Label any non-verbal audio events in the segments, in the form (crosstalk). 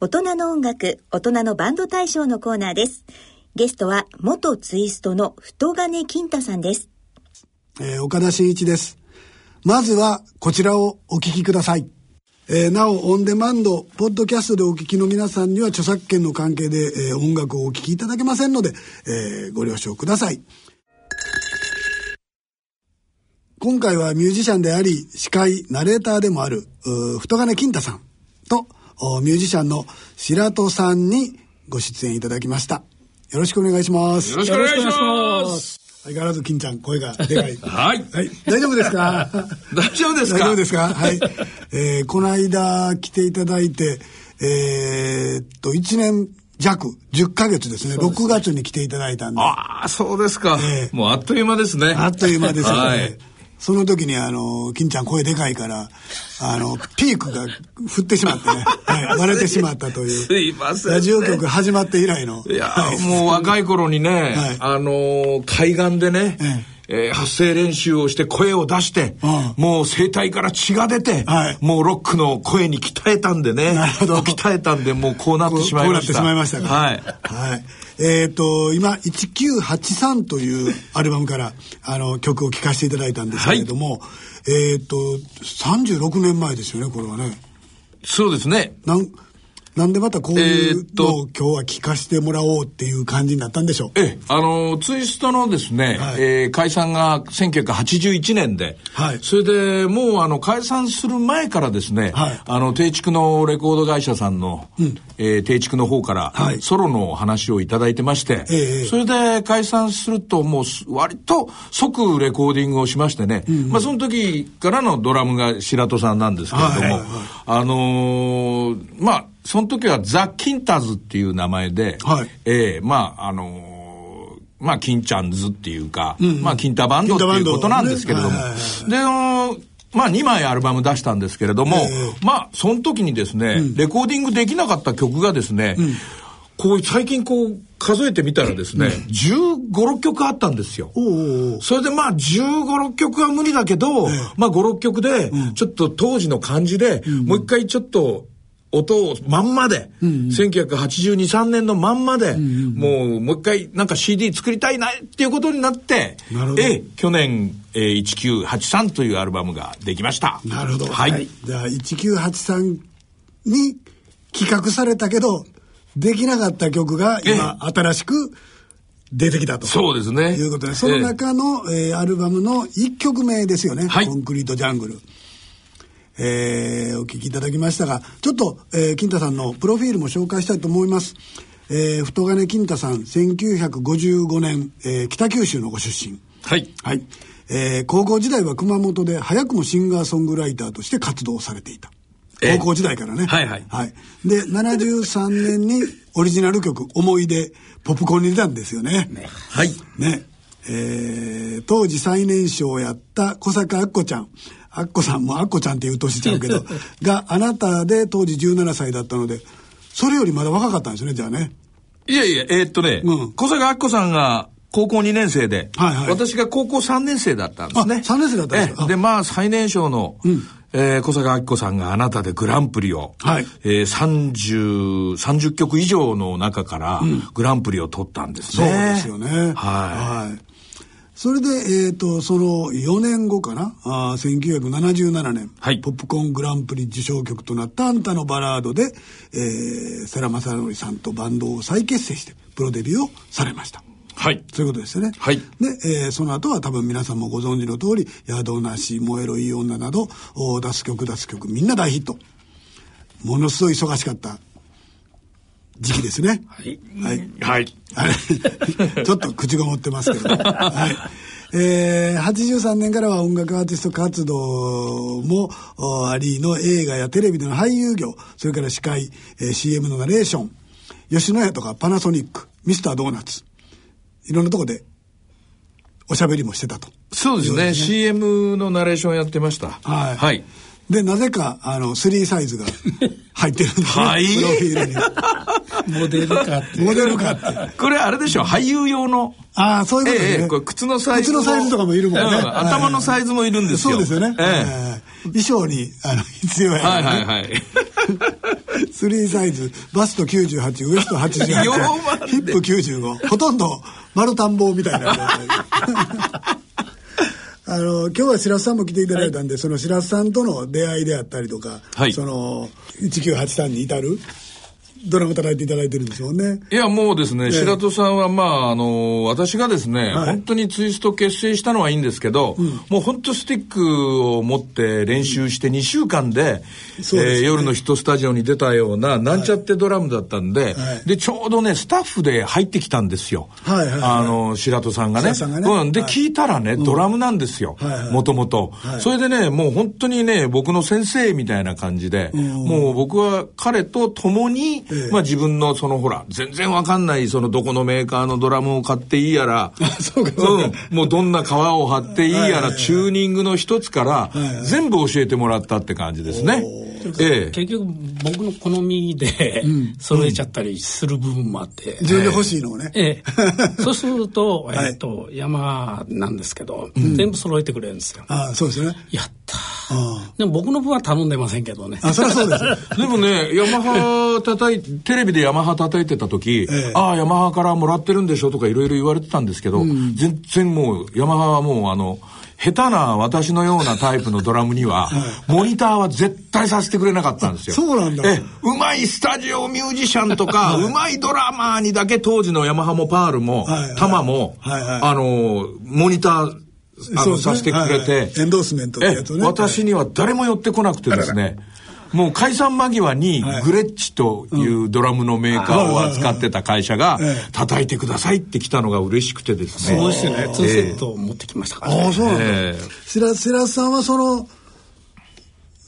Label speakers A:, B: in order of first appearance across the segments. A: 大人の音楽、大人のバンド大賞のコーナーです。ゲストは、元ツイストの太金金太さんです。
B: えー岡田真一です。まずはこちらをお聞きください。えーなお、オンデマンド、ポッドキャストでお聞きの皆さんには著作権の関係で、えー音楽をお聞きいただけませんので、えーご了承ください。今回はミュージシャンであり、司会、ナレーターでもある、うー太金金太さんと、おミュージシャンの白戸さんにご出演いただきました。よろしくお願いします。
C: よろしくお願いします。
B: 相変わらず金ちゃん、声がでかい。
C: (laughs) はい。
B: はい、大丈夫ですか
C: 大丈夫です
B: 大
C: か
B: 丈夫ですかはい。えー、この間来ていただいて、えーっと、1年弱、10ヶ月ですね、6月に来ていただいたんで、あ
C: ああ、そうですか
B: え。え
C: もうあっという間ですね。
B: っという間ですよね。
C: はい。
B: その時に、あの、金ちゃん声でかいから、あの、ピークが振ってしまってね、はい、割れてしまったという。
C: すいませんね
B: ラジオ局始まって以来の。
C: いや
B: は
C: ー、もう若い頃にね
B: はい、
C: あのー、海岸でね
B: え、
C: えー発声練習をして声を出して
B: うん、
C: もう声帯から血が出て
B: はい、
C: もうロックの声に鍛えたんでね、
B: なるほど
C: もう (laughs) 鍛えたんで、もうこうなっ
B: こ
C: て
B: う
C: しまい
B: こうな
C: ま
B: って
C: し。
B: したまいましたか。
C: はい。
B: はい。えっ、と、今、1983というアルバムから、あの、曲を聴かせていただいたんですけれども、えっ、と、36年前ですよね、これはね。
C: そうですね。
B: なん、なんでまたこういう
C: えーっ
B: のを
C: と
B: 今日は聴かせてもらおうっていう感じになったんでしょう。
C: ええ、あの、ツイストのですね、
B: はい
C: えー解散が1981年で、
B: はい
C: それでもうあの解散する前からですね、
B: はい
C: あの、定築のレコード会社さんの、えー定築の方から、
B: はい
C: ソロの話をいただいてまして、
B: ええええ
C: それで解散するともうす割と即レコーディングをしましてね、まあその時からのドラムが白戸さんなんですけれども、
B: はいはいはい
C: あのーまあ、その時はザ・キンタズっていう名前で、
B: はい
C: ええまあ、あのーまあ、金ちゃんズっていうか、まあ、金太バンドっていうことなんですけれども、
B: 金太バンドね
C: で、あのーまあ、2枚アルバム出したんですけれども、
B: え
C: まあ、その時にですね、レコーディングできなかった曲がですね、こう、最近こう、数えてみたらですね、15、6曲あったんですよ。
B: おうおう
C: それでまあ15、6曲は無理だけど、まあ5、6曲で、ちょっと当時の感じで、もう一回ちょっと、音をまんまで、1982、3年のまんまで、もう、もう一回なんか CD 作りたいなっていうことになって、
B: なるほど
C: ええ去年、えー1983というアルバムができました。
B: なるほど。
C: はい。
B: じゃあ、1983に企画されたけど、できなかった曲が今、新しく出てきたと。
C: そうですね。
B: ということで、その
C: ええ
B: 中の、えーアルバムの1曲目ですよね、
C: はい
B: コンクリートジャングル。えーお聞きいただきましたが、ちょっと、えー金太さんのプロフィールも紹介したいと思います。えー、太金金太さん、1955年、えー北九州のご出身。
C: はい。
B: はい。えー高校時代は熊本で早くもシンガーソングライターとして活動されていた。
C: ええ
B: 高校時代からね。
C: はいはい
B: はい。で、73年にオリジナル曲、思い出、ポップコーンに出たんですよね。
C: はい。
B: ね。えー当時最年少やった小坂あっこちゃん。あっこさんもあっこちゃんっていう年ちゃうけ
C: (laughs)
B: ど、があなたで当時17歳だったので、それよりまだ若かったんですね、じゃあね。
C: いやいや、えーっとね、
B: うん
C: 小坂明子さんが高校2年生で、
B: はいはい
C: 私が高校3年生だったんですね。
B: あ3年生だったんですか
C: ええ
B: あ
C: で、まあ、最年少の、
B: ん
C: えー小坂明子さんがあなたでグランプリを、
B: はい
C: えー、30、30曲以上の中からグランプリを取ったんです
B: そう
C: ね。
B: ですよね。
C: はい。
B: い。それで、えっ、と、その4年後かな、あー1977年、
C: はい
B: ポップコーングランプリ受賞曲となったあんたのバラードで、えー、世良正則さんとバンドを再結成して、プロデビューをされました。
C: はい。
B: そういうことですよね。
C: はい
B: で、えーその後は多分皆さんもご存知の通り、宿なし、燃えろいい女など、お出す曲出す曲、みんな大ヒット。ものすごい忙しかった時期ですね。はい
C: はい。
B: はいちょっと口ごもってますけど、はいえー、83年からは音楽アーティスト活動もおありの映画やテレビでの俳優業それから司会、えー CM のナレーション吉野家とかパナソニックミスタードーナツいろんなとこでおしゃべりもしてたと。
C: そうですね。CM のナレーションやってました。
B: はい
C: はい。
B: で、なぜか、あの、3サイズが入ってるんですね。
C: はい
B: プロフィールに。
D: モデルかって。
B: モデルかって。
C: これあれでしょ、俳優用の。
B: ああ、そういうことね
C: ええ、ええこれ靴のサイ
B: 靴
C: ズも
B: のサイズとかもいるもんね。
C: うん頭の
B: イ
C: サイズもいるんですよ。
B: そうですよね。
C: ええ
B: ええ衣装にあの必要やか
C: はい
B: ら
C: は
B: ね
C: いはい。
B: 3サイズバスト98ウエスト
C: よう
B: 88ヒ
C: 待っ
B: ップ95ほとんど丸田んぼみたいな
C: (laughs)
B: あの今日は白洲さんも来ていただいたんで、その白洲さんとの出会いであったりとか、
C: はい
B: その1983に至るドラマ叩いていただいてるんですもん
C: (laughs)
B: ね
C: いや、もうですね、
B: え
C: 白戸さんは、まあ、あの、私がですね、
B: はい
C: 本当にツイスト結成したのはいいんですけど、もう本当スティックを持って練習して2週間で、
B: そうですね
C: えー夜のヒットスタジオに出たような、なんちゃってドラムだったんで、
B: はい
C: で、ちょうどね、スタッフで入ってきたんですよ。
B: はいはいはい
C: あの、白戸さんがね。
B: 白戸さんがね
C: うん、で、
B: はい
C: 聞いたらね、ドラムなんですよ
B: はいはい。
C: もともと
B: はい。
C: それでね、もう本当にね、僕の先生みたいな感じで、もう僕は彼と共に
B: ええ、
C: まあ自分のそのほら、全然わかんない、そのどこのメーカーのドラムを買っていい
B: (laughs)
C: やら、
B: そうかそうか
C: うん、もうどんな皮を張っていい
B: はいは
C: や
B: いはい
C: ら、チューニングの一つから
B: いは、い
C: 全部教えてもらったって感じですね。ええ。
D: 結局僕の好みで揃えちゃったりする部分もあって、
B: 自分で欲しいのをね、
D: ええ、そうすると,、
B: はい
D: えっと山なんですけど、全部揃えてくれるんですよ。
B: ああそうですね
D: やったー
B: あ
D: でも僕の分は頼んでませんけどね。
B: (laughs) ああそりゃそうですよ
C: でもね、ヤマハ叩い、テレビでヤマハ叩いてた時、
B: ええ
C: ああ、ヤマハからもらってるんでしょとかいろいろ言われてたんですけど、全然もう、ヤマハはもうあの、下手な私のようなタイプのドラムに
B: (laughs)
C: は、モニターは絶対させてくれなかったんですよ。
B: そうなんだ
C: ええ、うまいスタジオミュージシャンとか、うまいドラマーにだけ当時のヤマハもパールも
B: はいはい、
C: タマも、
B: はいはい
C: あの、モニター、あ
B: そう
C: の、
B: ですね
C: させてくれて、
B: はいはいエンドースメントってやつをね
C: ええ私には誰も寄ってこなくてですね、もう解散間際に
B: はい
C: グレッチというドラムのメーカーを扱ってた会社が
B: ええ
C: 叩いてくださいって来たのが嬉しくてです
D: す
C: ね。
D: ごいですよね。ツーセットを持ってきましたから、ね。
B: ああそうなんだ、
C: ええ
B: 白白洲さんはその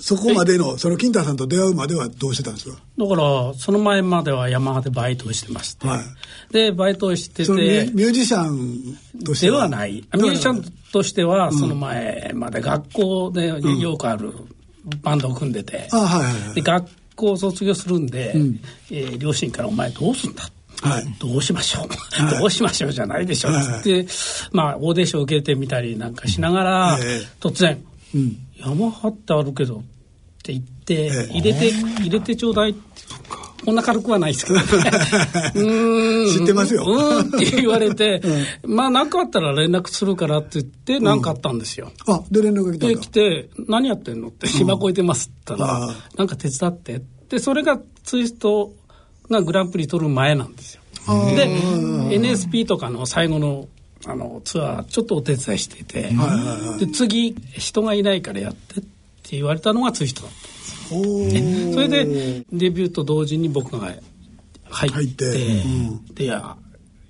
B: そこまでのその金太さんと出会うまではどうしてたんですか
D: だから、その前まではヤマハでバイトをしてまして、
B: はい
D: で、バイトをして
B: そのミュ
D: て、
B: ミュージシャンとして
D: で
B: は
D: はない。ミュージシャンとしては、その前まで学校でよくあるバンドを組んでて、
B: あはいはいはい
D: で学校を卒業するんで、えー両親から「お前どうすんだ」
B: はい
D: どうしましょう、
B: い
D: どうしましょうじゃないでしょう」
B: はい
D: つって、まあ、オーディション受けてみたりなんかしながら、
B: ええ
D: 突然「ヤマハってあるけど」って言って、
B: ええ
D: 入れて入れてちょうだいってこんな軽くはないですけど
B: (laughs)
D: ね
B: 知ってますよ
D: うーんって言われて、
B: (laughs)
D: まあ何かあったら連絡するからって言って何かあったんですよ、
B: あで連絡が来たん
D: で
B: だ
D: 来て「何やってんの?」って「島越えてます」って言ったら
B: ああ
D: 「なんか手伝って」でそれがツイストがグランプリ取る前なんですよで NSP とかの最後のあのツアーちょっとお手伝いしてて、で次人がいないからやってって言われたのがツイストだった
B: おー
D: それでデビューと同時に僕が入って
B: 入って
D: でや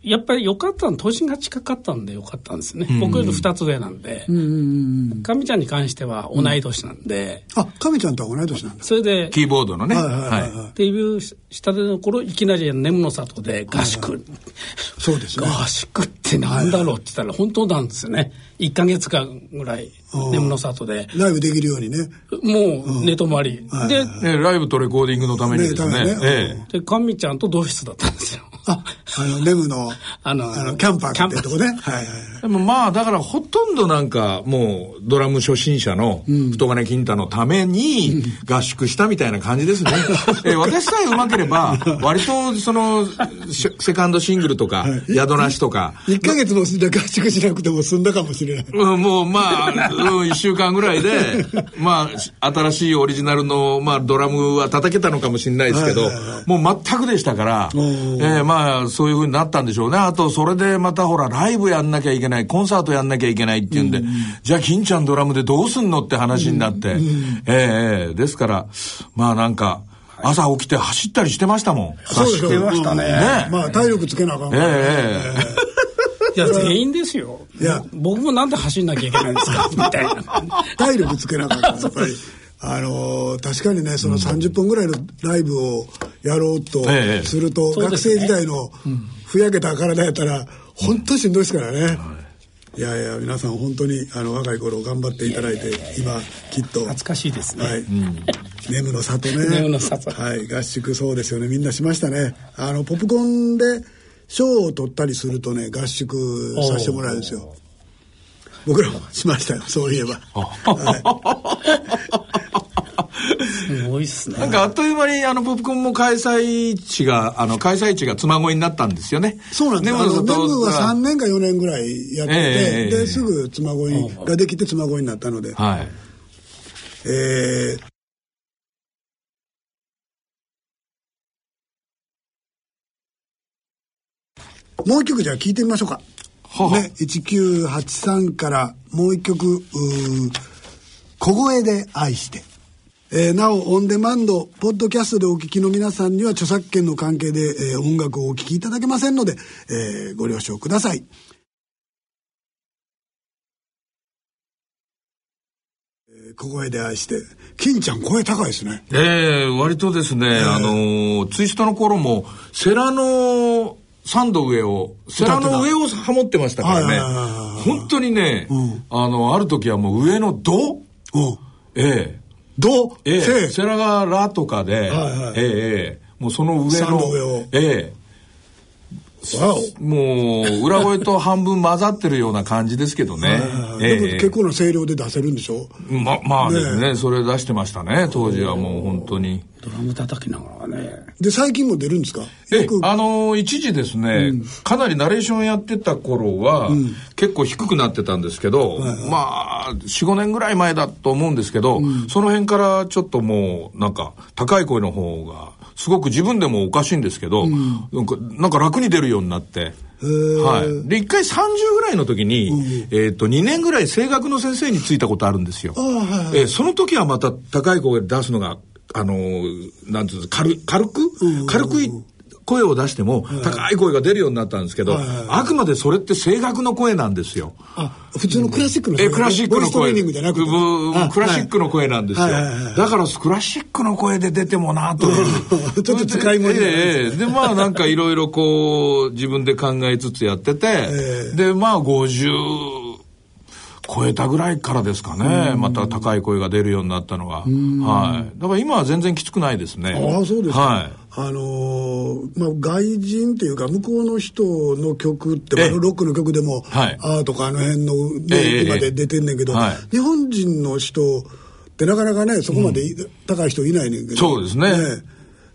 D: やっぱりよかったの年が近かったんでよかったんですね、僕より2つ上なんでかみ、ちゃんに関しては同い年なんで、
B: あ亀ちゃんとは同い年なんだ
D: それで
C: キーボードのね。
B: はいはいはい、
C: は
B: はい、
D: デビューしたての頃いきなり根室の里で合宿、
B: そうですね
D: 合宿ってなんだろうって言ったら本当なんですよね1か月間ぐらい根室の里で
B: ライブできるようにね
D: もう寝泊まり、で
C: いええライブとレコーディングのためにですね。
B: ねためね
C: ええ
D: でかみちゃんと同室だったんですよ
B: ああのレムの
D: あの
B: あのキャンパーってとこね
D: キ
B: は
D: ャ
B: い
D: ン
B: はいはい
C: でもまあだからほとんどなんかもうドラム初心者の太金金太のために合宿したみたいな感じですね。えー私さえ上手ければ割とそのしセカンドシングルとか宿なしとか。
B: 1ヶ月も合宿しなくても済んだかもしれない
C: うん、もうまあ、うん、1週間ぐらいで、まあ、新しいオリジナルの、まあ、ドラムは叩けたのかもしれないですけど、
B: はいはいは
C: もう全くでしたから、えーまあ、そういうふうになったんでしょうね。あと、それでまたほら、ライブやんなきゃいけない、コンサートやんなきゃいけないっていうんで、じゃあ、金ちゃんドラムでどうすんのって話になって、ええええですから、まあなんか、朝起きて走ったりしてましたもん。
B: そうでしょ
D: 知ってましたね
B: うんまあ体力つけなあかんからね、
C: ええええ
D: いや、全員ですよ。
B: いや
D: 僕もなんで走んなきゃいけないんですかみたいな。
B: 体力つけなかったやっぱり。あのー確かにねその30分ぐらいのライブをやろうと
C: ええ
B: すると、
D: そう
B: 学
D: ですね
B: 生時代のふやけた体やったら本当しんどいですからね、いやいや皆さん本当にあの若い頃頑張っていただいて今きっと
D: 懐かしいですね。
B: はい。ネムの里ね。
D: ネムの里
B: はい。合宿そうですよね。みんなしましたね。あの、ポップコーンで賞を取ったりするとね、合宿させてもらえるんですよ。僕らもしましたよ、そういえば。はい
D: すごいっすね。
C: なんかあっという間にあのポップコンも開催地が、あの開催地が妻恋になったんですよね。
B: そうなんですよ。あ
C: 根
B: の
C: 本
B: デ
C: と
B: ブは3年か4年ぐらいやってて、
C: ええええ
B: ですぐ妻恋ができて妻恋になったので、
C: はい。
B: えー、もう一曲じゃあ聴いてみましょうか。
C: はあ
B: ね、1983からもう一曲、うー小声で愛して。えーなお、オンデマンド、ポッドキャストでお聞きの皆さんには著作権の関係で、えー音楽をお聞きいただけませんので、えーご了承ください。えー小声で愛して。金ちゃん声高いですね。
C: ええ割とですね、あのーツイストの頃も、セラのサンド上を、セラの上をハモってましたから
B: はい
C: ね
B: はいはいはいは。い
C: 本当にね、
B: うん
C: あの、ある時はもう上のド
B: うん。
C: え
B: ど、
C: えええ
B: せ、
C: セラがラとかで、
B: はいはい
C: ええええもうその上
B: サン
C: の
B: ド上を、
C: ええ
B: わお。
C: もう裏声と半分混ざってるような感じですけ
B: (laughs)
C: どね。
B: でも結構な声量で出せるんでしょ
C: ま、まあです
B: ね
C: ねそれ出してましたね、当時はもう本当に。
D: ドラム叩きながらね。
B: で、最近も出るんですか
C: え
B: よく、
C: あのー一時ですね、かなりナレーションやってた頃は、結構低くなってたんですけど、まあ、4、5年ぐらい前だと思うんですけど、その辺からちょっともう、なんか、高い声の方が、すごく自分でもおかしいんですけど、なんか、なんか楽に出るようになって、
B: ー
C: はい。で、一回30ぐらいの時に、えっ、と、2年ぐらい声楽の先生についたことあるんですよ。
B: はいはい
C: えーその時はまた高い声で出すのが、あのーなんつうの、軽軽く、軽くい声を出しても、高い声が出るようになったんですけど、
B: はいはいはい
C: あくまでそれって声楽の声なんですよ。
B: あ、普通のクラシックの声
C: えークラシックの
B: ボイストレ
C: 声。
B: ーニングじゃなくて。
C: ぶ
B: あ
C: クラシックの声なんですよ。
B: はいはいはいはい
C: だから、クラシックの声で出てもなとい
B: (laughs)
C: う。
B: ちょっと使い物にならない
C: ええええで、まあ、なんかいろいろこう、自分で考えつつやってて、
B: え
C: で、まあ、50、超えたぐらいからですかね。また高い声が出るようになったのが。はい。だから今は全然きつくないですね。
B: ああ、そうですか。
C: はい。
B: あのーまあ、外人っていうか、向こうの人の曲って、
C: ええ
B: まあロックの曲でも、
C: はい
B: ああとかあの辺の、
C: え
B: ね
C: えええ
B: 今で出てんねんけど、
C: はい
B: 日本人の人ってなかなかね、そこまでい、高い人いないねんけど。
C: そうですね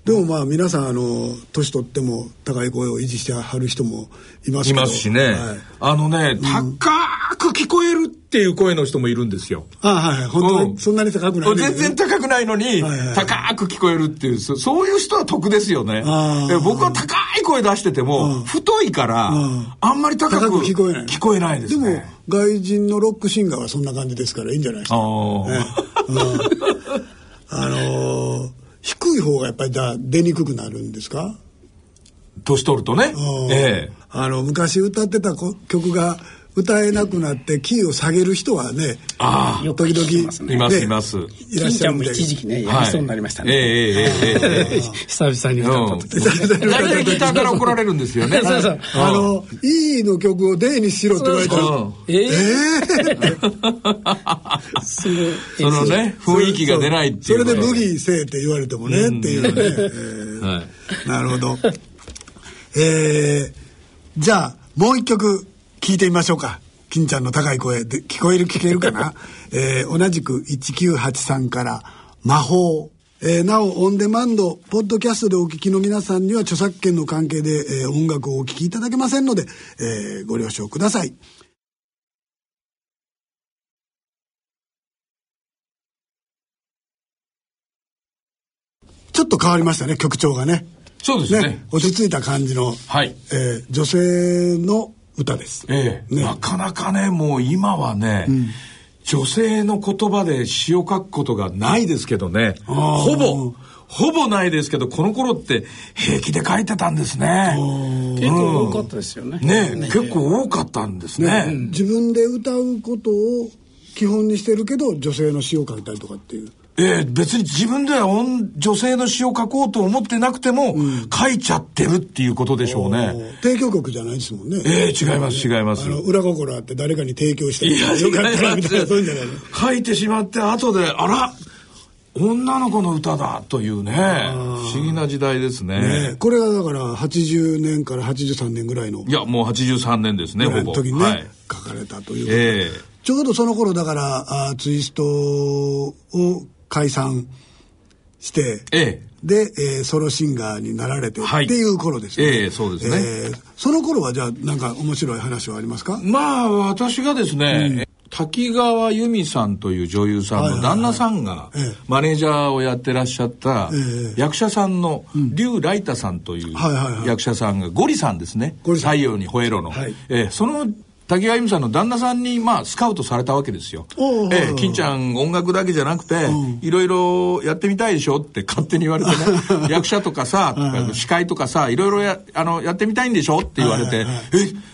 B: でもまあ皆さん、あの、年取っても高い声を維持してはる人もいますけ
C: い
B: ど
C: ますしね。
B: はい
C: あのね、高く聞こえるっていう声の人もいるんですよ。
B: あはいはい。本当
C: うん
B: に、そんなに高くないねんけどね、
C: 全然高くないのに、
B: はいはい
C: 高く聞こえるっていう、そそういう人は得ですよね
B: あ。ー
C: え僕は高い声出してても、太いから、
B: うん
C: あんまり高く
B: 高く聞こえない
C: 聞こえないですね。
B: でも外人のロックシンガーはそんな感じですからいいんじゃないですか、
C: あー
B: ねうんあのー低い方がやっぱりだ出にくくなるんですか、
C: 年取るとね
B: うん。
C: ええ
B: あの昔歌ってたこ曲が歌えなくなってキーを下げる人はね
C: あ
D: よく
B: 時々
D: 聞きますね。
C: います
B: ね
C: います
B: いらっ
D: 金
B: し
D: ち
B: ゃ
D: ゃ
B: る
D: ん
B: み
D: も
B: たい
D: 一時期ね、
C: あ。
D: やりそうになりましたね。
C: ええええええええ
D: (laughs) 久々に歌った時。
C: うん大体ギターから怒られるんです
B: (laughs)
C: よね。
D: そうそう
B: あの「E の曲を「D」にしろって言われたら
C: うん
D: ええ
C: そのね、雰囲気が出ないって
B: そ
C: いう
B: れ
C: の
B: で
C: が。
B: 「ブギーせえ」って言われてもねっていうね、えー
C: はい。
B: (laughs) なるほど。えー、じゃあ、もう一曲聞いてみましょうか。金ちゃんの高い声で、聞こえる聞けるかな (laughs) えー、同じく1983から、魔法。えー、なお、オンデマンド、ポッドキャストでお聞きの皆さんには著作権の関係で、えー音楽をお聞きいただけませんので、えーご了承ください。ちょっと変わりましたね、曲調がね。
C: そうですね
B: ね、。落ち着いた感じの、
C: はい。
B: えー女性の歌です。
C: ええ
B: ね
C: なかなかねもう今はね、女性の言葉で詩を書くことがないですけどね
B: あー
C: ほぼほぼないですけどこの頃って平気で書いてたんですね。
D: 結構多かったですよね。
C: ね結構多かったんですね。
B: 自分で歌うことを基本にしてるけど、女性の詩を書いたりとかっていう。
C: ええ別に自分では女女性の詩を書こうと思ってなくても、書いちゃってるっていうことでしょう
B: も
C: ね。
B: う提供曲じゃないですもんね。
C: ええ違います違います
B: あ。の裏心あって誰かに提供して
C: いや
B: よかったらみたいなそういうんじゃないの
C: 書いてしまって後であら女の子の歌だというね不思議な時代ですね
B: ねえこれがだから80年から83年ぐらいの
C: いやもう83年ですね
B: ぐら
C: ほ
B: いの
C: ぼ
B: 時にね、
C: はい、
B: 書かれたということで
C: ええ
B: ちょうどその頃だからあーツイストを解散して、
C: え
B: で、えーソロシンガーになられて、
C: はい
B: っていう頃ですよね。
C: ええそうですね
B: えーその頃はじゃあ、なんか面白い話はありますか
C: えまあ、私がですね、滝川由美さんという女優さんの旦那さんが
B: ええ、
C: マネージャーをやってらっしゃった
B: ええ
C: 役者さんの、劉ライタさんという
B: はいはいはい
C: 役者さんが、ゴリさんですね。
B: ゴリさん
C: 太陽に吠えろの
B: はい。
C: ええその、滝川由美さんの旦那さんに、まあ、スカウトされたわけですよ。
B: おう
C: ええ、金ちゃん音楽だけじゃなくて、いろいろやってみたいでしょって勝手に言われて
B: (laughs)
C: ね、役者とかさ、とか司会とかさ、いろいろやあのやってみたいんでしょって言われて、え、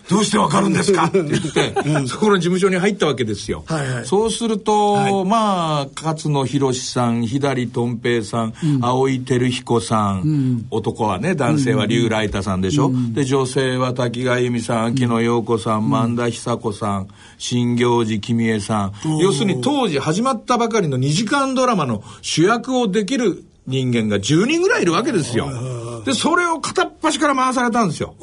C: ど (laughs) うしてわかるんですかって言って、そこの事務所に入ったわけですよ。
B: はいはい
C: そうすると、まあ、勝野博さん、左とん平さん、青井照彦さん、男はね、男性は竜来太さんでしょ、で、女性は滝川由美さん、秋野陽子さん、萬田久子さん、新行寺君江さん、要するに当時始まったばかりの2時間ドラマの主役をできる人間が10人ぐらいいるわけですよ。で、それを片っ端から回されたんですよ。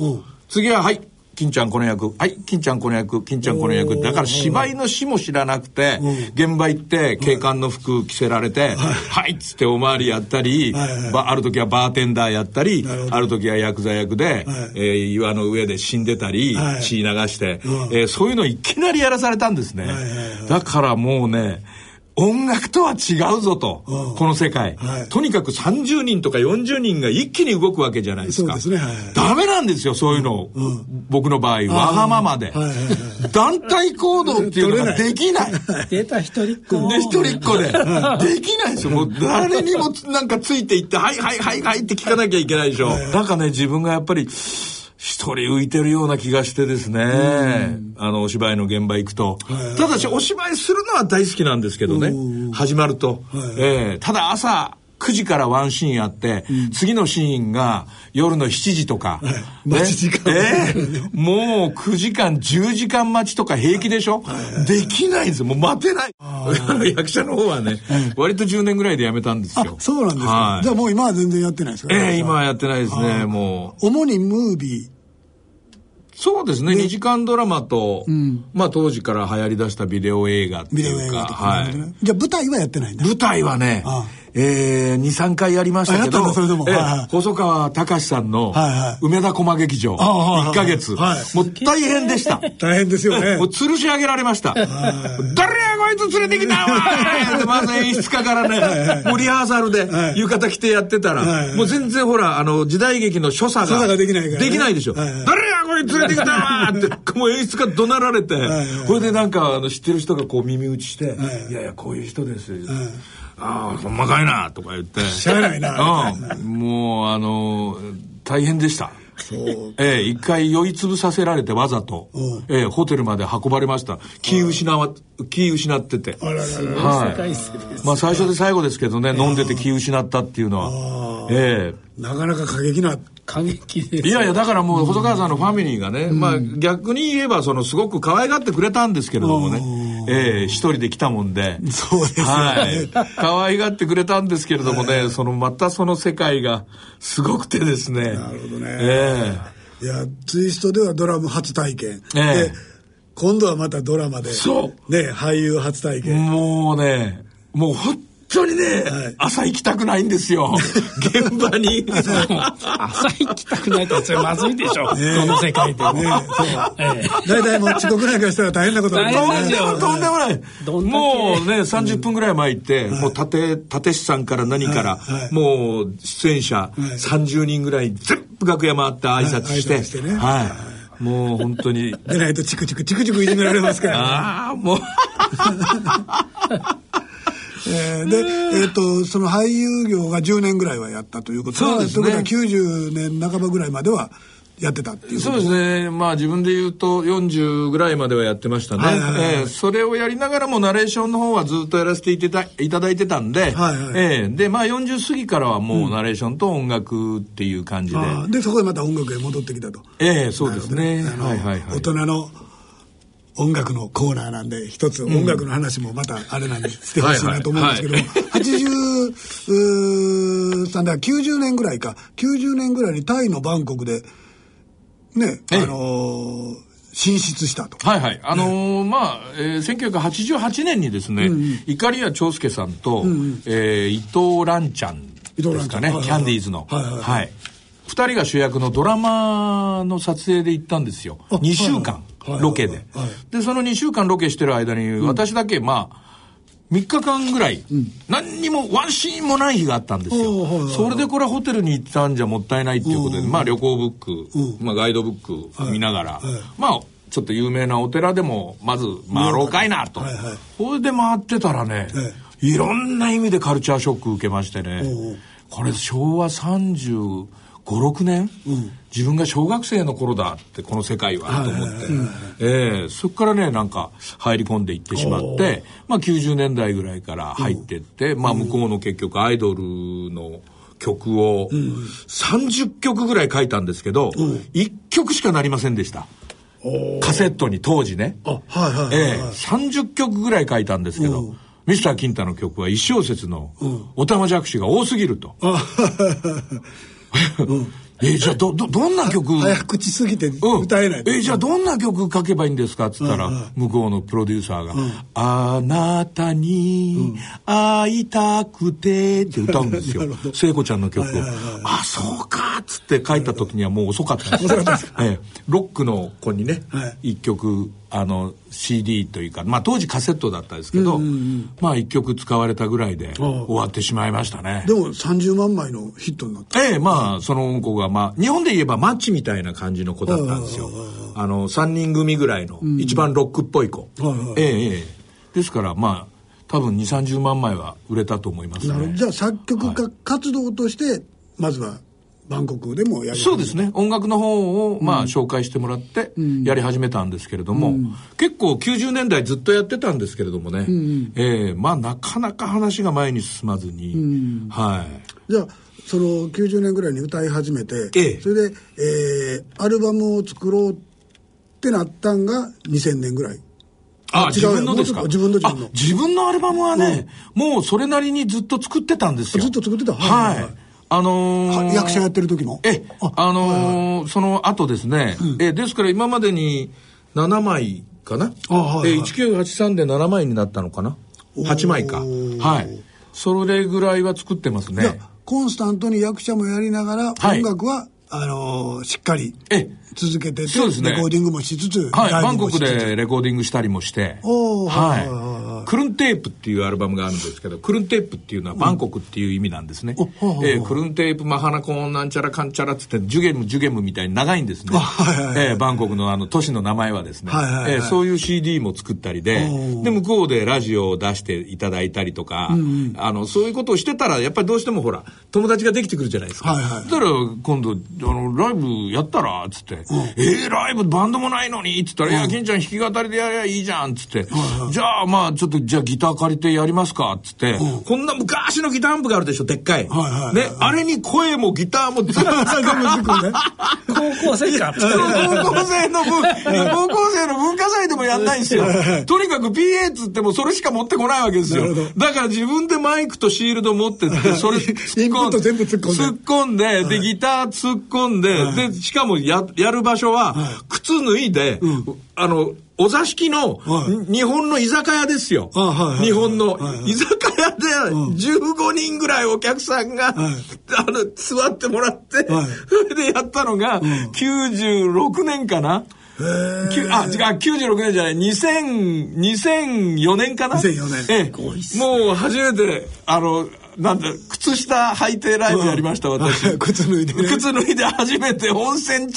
C: 次は、はい、金ちゃんこの役、はい、金ちゃんこの役、金ちゃんこの役、だから芝居の死も知らなくて、現場行って警官の服着せられて、はいっつっておまわりやったり、
B: はいはい
C: ばある時はバーテンダーやったり
B: なるほ、ど
C: ある時はヤクザ役で、
B: はい
C: えー岩の上で死んでたり、
B: はい
C: 血流して、
B: ん
C: えーそういうのいきなりやらされたんですね。
B: いはいはい
C: だからもうね、音楽とは違うぞと、
B: うん
C: この世界、
B: はい
C: とにかく30人とか40人が一気に動くわけじゃないですか。
B: そうですねはいはい
C: ダメなんですよ、そういうの。僕の場合、わがままで、
B: はいはいは
C: 団体行動っていうのがで
B: (laughs)
C: きない。
D: 出た一人っ子
C: で、一人っ子で。できないですよ。もう誰にもつなんかついていって、はいはいはいはいって聞かなきゃいけないでしょ。なんかね、自分がやっぱり、一人浮いてるような気がしてですね。あの、お芝居の現場行くと。ただし、お芝居するのは大好きなんですけどね。始まると。ええただ朝、9時からワンシーンやって、次のシーンが夜の7時とか。ね
B: 待ち時間
C: ええもう9時間、10時間待ちとか平気でしょできないんですよ。もう待てない。役者の方はね、割と10年ぐらいで辞めたんです
B: あ
C: よ。、
B: そうなんですか、
C: はい
B: じゃあもう今は全然やってないですか
C: ええ今はやってないですね、もう。
B: 主にムービー。
C: そうですね、2時間ドラマと、まあ当時から流行り出したビデオ映画って
B: ビデオ
C: い
B: 映
C: う
B: 画
C: か、
B: とか、
C: はい。
B: じゃあ舞台はやってないんだ。
C: 舞台はね
B: ああ、
C: えー、2、3回やりましたけ
B: あやったん
C: ど
B: だそれでも、
C: ええ
B: はいはい
C: 細川隆さんの
B: はいはい
C: 梅田駒劇場、
B: ああはいはい
C: 1ヶ月、
B: はい
C: もう大変で (laughs) した。
B: 大変ですよね
C: もう。吊るし上げられました。誰やこいつ連れて
B: (laughs)
C: きたわってまず演出家からね、もうリハーサルで
B: はい
C: 浴衣着てやってた
B: はい
C: ら
B: は、い
C: もう全然ほら、あの、時代劇の所作が。
B: 所作ができないからね
C: できないでしょ。
B: は
C: 誰
B: いはい
C: やこいつ連れてきたわ
B: (laughs)
C: って、もう演出家怒鳴られて
B: はい、
C: これでなんか、あの、知ってる人がこう耳打ちして
B: は、い
C: いやいや、こういう人です。ああ、ほんまかいなとか言
B: (laughs)
C: って。
B: しゃあないな
C: うん。もう、あの、大変でした。
B: そう
C: ええ、一回酔いつぶさせられてわざと
B: うん、
C: ええ、ホテルまで運ばれました。気失わ、気失ってて。
B: あらららら。
C: は
D: 世界一で
C: い。
D: す
C: まあ最初で最後ですけどね、飲んでて気失ったっていうのは。ええ。
B: なかなか過激な。
D: 過激です
C: いやいや、だからもう、細川さんのファミリーがね、まあ逆に言えば、その、すごく可愛がってくれたんですけれどもね、ええ、一人で来たもんで。
B: そうですよね。
C: はい。可愛がってくれたんですけれどもね、その、またその世界がすごくてですね。な
B: るほどね
C: ええ。
B: いや、ツイストではドラム初体験。
C: ええ
B: で、今度はまたドラマで。。
C: そう
B: ね、俳優初体験。
C: もうね、もう本当にね、
B: はい
C: 朝行きたくないんですよ。現場に。
D: 朝行きたくないとそれまずいでしょ、この世界でも、
B: ねそう。
D: ええ
B: (laughs) 大体もう遅刻なんかしたら大変なことになる
D: 大
C: と
D: 変
C: ん
D: です
C: で
D: よ
C: もとんでもない。
D: どんだけ
C: もうね、30分ぐらい前行って、もう立て、立師さんから何から、
B: はいはい
C: もう出演者
B: い
C: 30人ぐらい全部楽屋回って挨拶して、
B: はい挨拶してね
C: はい。もう本当に、
B: でないとチクチクチクチクいじめられますから、
C: (laughs) ああ、もう。
B: えーで、えっ、と、その俳優業が10年ぐらいはやったということ
C: そうですね
B: ということは90年半ばぐらいまではやってたっていうこと
C: そうですね。まあ自分で言うと40ぐらいまではやってましたね。
B: はいはいはい
C: ええそれをやりながらもナレーションの方はずっとやらせていただいただいてたんで、
B: はいはい
C: ええで、まあ40過ぎからはもうナレーションと音楽っていう感じで。
B: あーで、そこでまた音楽へ戻ってきたと。
C: ええそうですね。
B: あの
C: はいはいは
B: 大
C: い。
B: 人の音楽のコーナーなんで、一つ音楽の話もまたあれなんでしてほしいなと思うんですけども、
C: はいはい
B: 83だ、90年ぐらいか、90年ぐらいにタイのバンコクで、ね、あ
C: ええ
B: のー進出したと。
C: はいはい。あのーまあ、えー、1988年にですね、いかりや長介さんと、えー伊藤蘭ちゃんですかね
B: 伊、藤蘭ちゃんはいはいはい
C: キャンディーズの。
B: はいはいはい
C: 二人が主役のドラマの撮影で行ったんですよ。
B: あ
C: 2週間
B: はいはいはいは、い
C: ロケで
B: はい。
C: で、その2週間ロケしてる間に、私だけ、まあ、3日間ぐらい、何にもワンシーンもない日があったんです
B: おーはいはい
C: よ。
B: はい
C: それでこれホテルに行ったんじゃもったいないっていうことで、まあ旅行ブック、まあガイドブック見ながら
B: はい、
C: まあちょっと有名なお寺でもまず回ろうかいなと
B: はいはい。
C: それで回ってたらね、いろんな意味でカルチャーショック受けましてね
B: おう、
C: これ昭和35、6年自分が小学生の頃だってこの世界はと思って、ええそこからねなんか入り込んでいってしまって、まあ、90年代ぐらいから入ってって、まあ、向こうの結局アイドルの曲を30曲ぐらい書いたんですけど、1曲しかなりませんでしたカセットに当時ね、
B: あ、はいはい
C: ええ30曲ぐらい書いたんですけど、ミスター金太の曲は1小節のおたまじゃくしが多すぎると。えじゃあどどどんな曲
B: 早口すぎて
C: うん
B: 歌えない。
C: えじゃあどんな曲書けばいいんですかっつったら、向こうのプロデューサーが、あなたに会いたくてって歌うん (laughs) ですよ聖子ちゃんの曲を、あそうかっつって書いた時にはもう遅かったんですよ、ええロックの子にね、
B: はい
C: 一曲あの CD というか、まあ、当時カセットだったんですけど、まあ一曲使われたぐらいで終わってしまいましたね
B: でも30万枚のヒットになった。
C: ええ、まあ、その子が、まあ、日本で言えばマッチみたいな感じの子だったんですよ。あの、3人組ぐらいの、一番ロックっぽい子
B: はいはい。
C: ええ、ええ。ですから、まあ、多分2、30万枚は売れたと思います
B: なるほ
C: ね
B: ど。じ。ゃあ作曲家活動として、まずはバンコクでもやり始めた
C: そうですね。音楽の方を、まあ、紹介してもらって、やり始めたんですけれども、結構90年代ずっとやってたんですけれどもね、ええ、まあ、なかなか話が前に進まずに、はい。
B: じゃあその90年ぐらいに歌い始めて、
C: ええ
B: それで、えーアルバムを作ろうってなったんが2000年ぐらい
C: あ、
B: 違う
C: 自分のですか
B: もうちょっと自分の自分の
C: あ自分のアルバムはね、もうそれなりにずっと作ってたんですよ。
B: ずっと作ってた
C: は
B: はい
C: い。
B: はいはい
C: あのー
B: 役者やってる時の
C: え、あのーその後ですね、え、ですから今までに7枚かな、
B: あはいはい
C: え、1983で7枚になったのかな
B: おー
C: ?8 枚か。はい。それぐらいは作ってます
B: じゃ
C: ね。
B: あコンスタントに役者もやりながら、
C: はい
B: 音楽はあのーしっかり
C: え、
B: 続けてて、
C: そうですね
B: レコーディングもしつつ、
C: はい、
B: ライ
C: バ
B: ブ
C: ンコ
B: もし
C: ク
B: つつ
C: でレコーディングしたりもして、
B: おーはいはいはい
C: はい。クルンテープっていうアルバムがあるんですけど、クルンテープっていうのはバンコクっていう意味なんですね。
B: おはいはいはい
C: えークルンテープ、マハナコン、なんちゃらかんちゃらっつって、ジュゲム、ジュゲムみたいに長いんですね。
B: あはいはいはい
C: えーバンコクのあの都市の名前はですね。
B: はいはいはい
C: えーそういう CD も作ったりで
B: お、
C: で、向こうでラジオを出していただいたりとか、あの、そういうことをしてたら、やっぱりどうしてもほら、友達ができてくるじゃないですか。
B: はいはい
C: だから今度あのライブやったらっつって「えー、ライブバンドもないのに」っつったら「いや金ちゃん弾き語りでやりゃいいじゃん」っつって「じゃあまあちょっとじゃあギター借りてやりますか」っつってこんな昔のギターアンプがあるでしょでっかい
B: はいはいはい
C: ねあれに声もギターも全部
B: 全部
C: (laughs)
B: 自分で
D: 高校生か。
C: 高校生の文、高校生の文化祭でもやんないんで
B: (laughs)
C: すよ。とにかく PA っつってもそれしか持ってこないわけですよ
B: なるほ。
C: だから自分でマイクとシールド持っ
B: (laughs)
C: てって、それ突っ込ん
B: インプット全部突っ込んで
C: 突っ込んで、で、ギター突っ込んで、で、しかもや、やる場所は、靴脱いで、あの、お座敷の、
B: はい
C: 日本の居酒屋ですよ。
B: あはいはいはい
C: 日本の、
B: はいはい
C: 居酒屋で15人ぐらいお客さん
B: は
C: が、
B: い
C: あの、座ってもらって、
B: はい
C: それ (laughs) でやったのが、96年かな、きゅあ、違う、96年じゃない、2000、2004年かな
B: 2004年
C: ええ、もう初めて、あの、なんだ、靴下履いてライブやりました、私。
B: 靴脱い (laughs) でね
C: 靴脱いで初めて温泉違うっ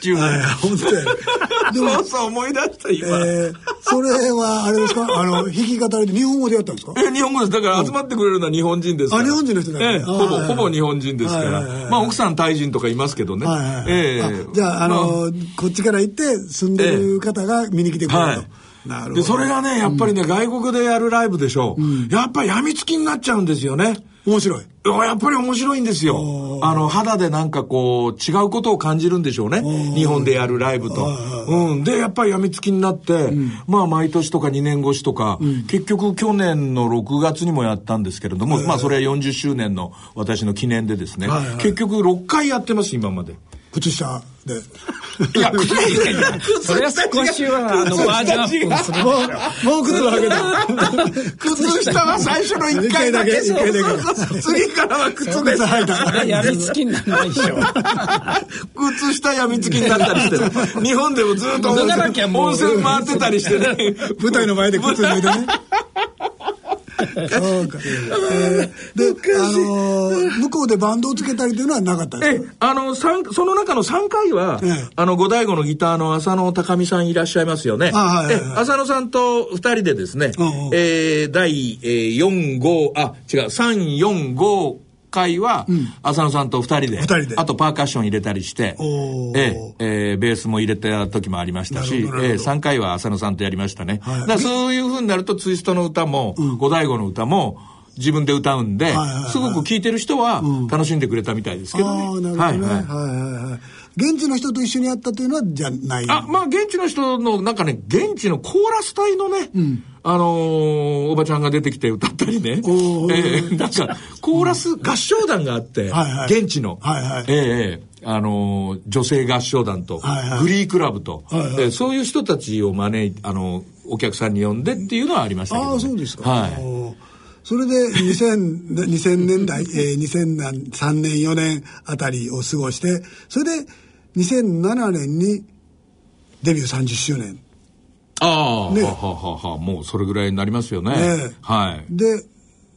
C: ていうね、
B: はい本当や
C: (laughs)
B: でも
C: そうそう思い出した、今。
B: えーそれはあれです
C: (laughs)
B: かあの弾き語りで日本語でやったんですか
C: え日本語です。だから集まってくれるのは日本人ですから。
B: あ日本人の人だ
C: ええ
B: あー
C: ほぼ、
B: はいはい
C: ほぼ日本人ですか
B: はいはいは
C: ら。
B: い
C: まあ、奥さんタイ人とかいますけどね。
B: はいはいはい
C: ええ
B: あじゃあ、あ
C: ま
B: のこっちから行って住んでる方が見に来てくれると、
C: はい
B: なるほど
C: で、それがね、やっぱりね、外国でやるライブでしょう。やっぱり病みつきになっちゃうんですよね。
B: 面白い
C: やっぱり面白いんですよ。あの、肌でなんかこう、違うことを感じるんでしょうね。日本でやるライブと。うん。で、やっぱり病みつきになって、まあ、毎年とか2年越しとか、結局去年の6月にもやったんですけれども、まあ、それは40周年の私の記念でですね、
B: はいはい
C: 結局6回やってます、今まで。
B: 靴下で
C: いや、靴下
B: (laughs)
C: じゃない
D: それは少しは、あの、バージョンアップを
C: (laughs)
D: する。
B: もう、もう靴を履けた。
C: 靴下は最初の一回だけ。
B: 一回だけ一回だけ
C: そうそうそう次からは靴で
B: 靴
C: す。
B: 履いた。
C: (laughs)
D: やみつきにならないでしょ。
C: 靴下やみつきになったりしてる。 (laughs) 日本でもずっと温
D: 脱がなきゃ
C: 泉
D: もう
C: 温泉回ってたりしてね。
B: 舞台の前で靴脱いでね。そうか。えーで、あのー向こうでバンドをつけたりというのはなかったんです
C: (laughs) ええ、あの、三、その中の3回は、
B: ええ
C: あの、五醍醐のギターの浅野高美さんいらっしゃいますよね。
B: あはいはい
C: え
B: はい
C: え浅野さんと2人でですね、
B: うんうん
C: えー第、えー、4、5、あ、違う、3、4、5、回は、浅野さんと2人で、
B: 人で
C: あとパーカッション入れたりして、
B: おー
C: えええーベースも入れた時もありましたし、え
B: なるほどなるほど
C: 3回は浅野さんとやりましたね。
B: はい
C: だからそういう風になると、ツイストの歌も、五醍醐の歌も、自分で歌うんで、
B: はいはい
C: すごく聴いてる人は楽しんでくれたみたいですけどね。
B: ああ、なるほどね。
C: は
B: はいい
C: は
B: はいいはいはい。現地の人と一緒にやったというのは、じゃない。
C: あ、まあ、現地の人の、なんかね、現地のコーラス隊のね、あのーおばちゃんが出てきて歌ったり (laughs) ね、え
B: おー
C: ーなんか、コーラス合唱団があって、
B: はいはい
C: 現地の、
B: はいはい
C: ええええあのー女性合唱団と、
B: はいはい
C: グリークラブと、
B: はいはい
C: えーそういう人たちを招いて、あのお客さんに呼んでっていうのはありましたけど、ね。
B: ああ、そうですか。
C: はい。
B: おーそれで2000、2000年代、えー、2003年、4年あたりを過ごして、それで2007年にデビュー30周年。
C: ああ、
B: ね
C: はははは、もうそれぐらいになりますよね。
B: ね
C: はい。
B: で、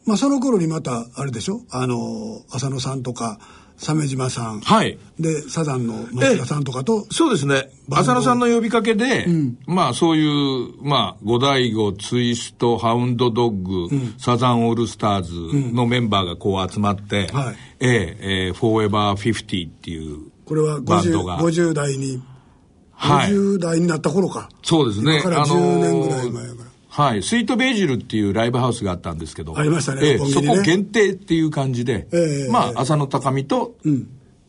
B: まあ、その頃にまた、あれでしょあの、浅野さんとか、鮫島さん。
C: はい。
B: で、サザンの松田さんとかと、
C: そうですね。
B: バンド
C: 浅野さんの呼びかけで、まあそういう、まあ、五大悟、ツイスト、ハウンドドッグ、サザンオールスターズのメンバーがこう集まって、
B: はい
C: えええーフォーエバー50っていう、
B: これは
C: バンド
B: 50,
C: が
B: 50代に、
C: はい
B: 50代になった頃か。
C: そうですね。
B: だから10年ぐらい前
C: あ
B: か
C: のー
B: ら。
C: はい。スイートベージルっていうライブハウスがあったんですけど。
B: ありましたね
C: ええ
B: 六本木
C: そ
B: にね
C: こ限定っていう感じで、
B: ええ
C: ま
B: ええ
C: あ、浅野高美と、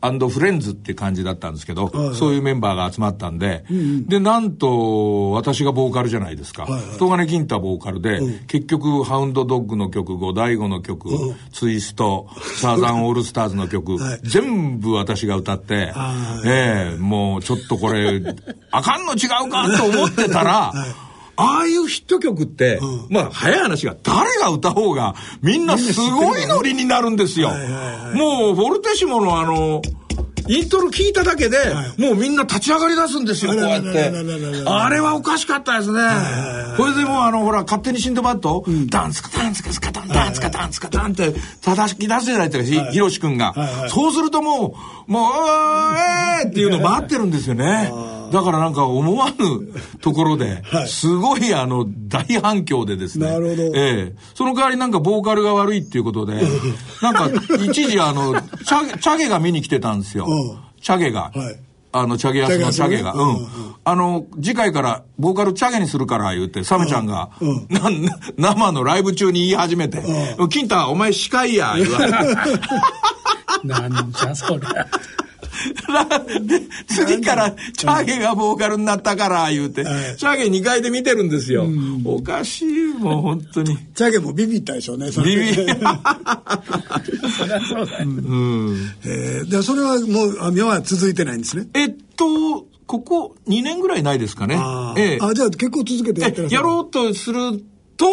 C: アンドフレンズっていう感じだったんですけど、
B: はいはい
C: そういうメンバーが集まったんで、で、なんと、私がボーカルじゃないですか。
B: はいはい
C: 東金銀太ボーカルで、結局、ハウンドドッグの曲、五大悟の曲、ツイスト、サザンオールスターズの曲、
B: はい
C: 全部私が歌って、
B: あ
C: ええもうちょっとこれ、あかんの違うかと思ってたら、ああいうヒット曲って、まあ早い話が誰が歌おうがみんなすごいノリになるんですよ。もうフォルテシモのあの、イントロ聞いただけで、もうみんな立ち上がり出すんですよ、
B: あ
C: こう
B: ら
C: や
B: ら
C: っ
B: ら
C: て
B: らららら。ら
C: あれはおかしかったですね。これでもうあの、ほら、勝手にシンドバッド、ダンスカダンスカスカダン、ダンスカダンスカダンって叩き出すじゃないですか、ひひろしくんが
B: いは。い
C: そうするともう、もう、えーっていうの待ってるんですよね。だからなんか思わぬところで
B: (laughs) は、い
C: すごいあの、大反響でですね。
B: なるほど
C: ええ。その代わりなんかボーカルが悪いっていうこ
B: (laughs)
C: とで、なんか一時あの、チャゲ、チャゲが見に来てたんですよ
B: うん。
C: チャゲが。
B: はい
C: あの、チャゲ安のチャゲが。
B: チャゲ
C: う
B: 安ね
C: ん。あの、次回からボーカルチャゲにするから言って、サムちゃんが、なん生のライブ中に言い始めて、金太、お前司会や、言われて。
B: (laughs)
D: なんじゃそりゃ。
C: で、次から、チャゲがボーカルになったから、言うて、チ
B: はい
C: ャゲ2階で見てるんですよ。おかしい、もう本当に。
B: チャゲもビビったでしょう (laughs) ね、それ
C: ビビ
B: えーでそれはもう、あ妙は続いてないんですね。
C: えっと、ここ2年ぐらいないですかね。
B: あー、
C: ええ
B: あじゃあ結構続けてやってら
C: え
B: っしゃ
C: や
B: る。
C: ろうとすると、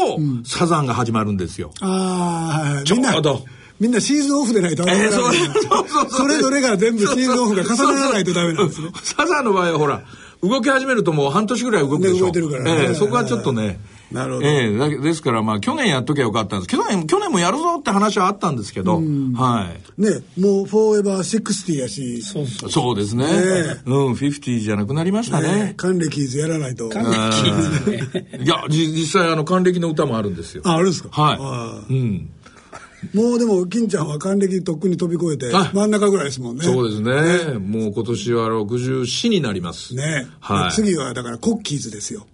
C: サザンが始まるんですよ。
B: ああ、はいはい。みん
C: ちょうど
B: な、みんなシーズンオフでないとダメなんですよ、
C: そうそうそう
B: それぞれが全部シーズンオフが重ならないとダメなんです
C: そう
B: ね。
C: そうそうサザンの場合はほら、動き始めるともう半年ぐらい動くでし
B: ね動
C: ょ。
B: いてるからね
C: ええ
B: はい
C: そこはちょっとね。
B: なるほど
C: ええだけですからまあ去年やっときゃよかったんです。去年、去年もやるぞって話はあったんですけど、はい。
B: ね、もうフォーエバー60やし、
D: そうそう。
C: そうですね。
B: え
C: うん、50じゃなくなりました
B: ね
C: ね。
B: 還暦ズやらないと。
D: 還暦
C: うんいや、じ実際あの、還暦の歌もあるんですよ。
B: あ、あるんですかあ
C: はい。うん。
B: ーもうでも、金ちゃんは還暦とっくに飛び越えて
C: はい、
B: 真ん中ぐらいですもんね。
C: そうですね。もう今年は64になります。
B: ね。
C: はい。
B: 次はだからコッキーズですよ。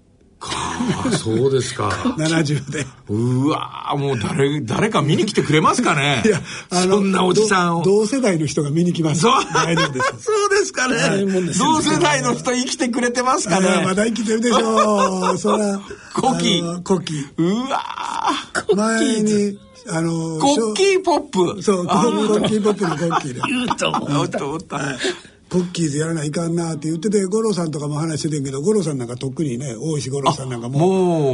C: あ、そうですか。
B: 70で。
C: うわーもう誰、誰か見に来てくれますかね
B: (laughs) いや、
C: そんなおじさんを。
B: ど同世代の人が見に来ます。
C: そう
B: 大丈夫です。
C: (laughs) そうですかね
D: いもんですよ
C: 同世代の人生きてくれてますか
B: あーま
C: ね
B: だ生きてるでし
C: (laughs)
B: ょう。そら。
C: コキ
B: あのコキ。
C: うわー
B: 前に、あの、
C: コッキーポップ
B: ショーそう、コ
C: あ
B: ッキーポップのコッキーで。
D: 言うと思う
C: おっとおっと。
B: ポッキーズやらないかんなって言ってて、五郎さんとかも話しててんけど、五郎さんなんかとっくにね、大石五郎さんなんか
C: もう、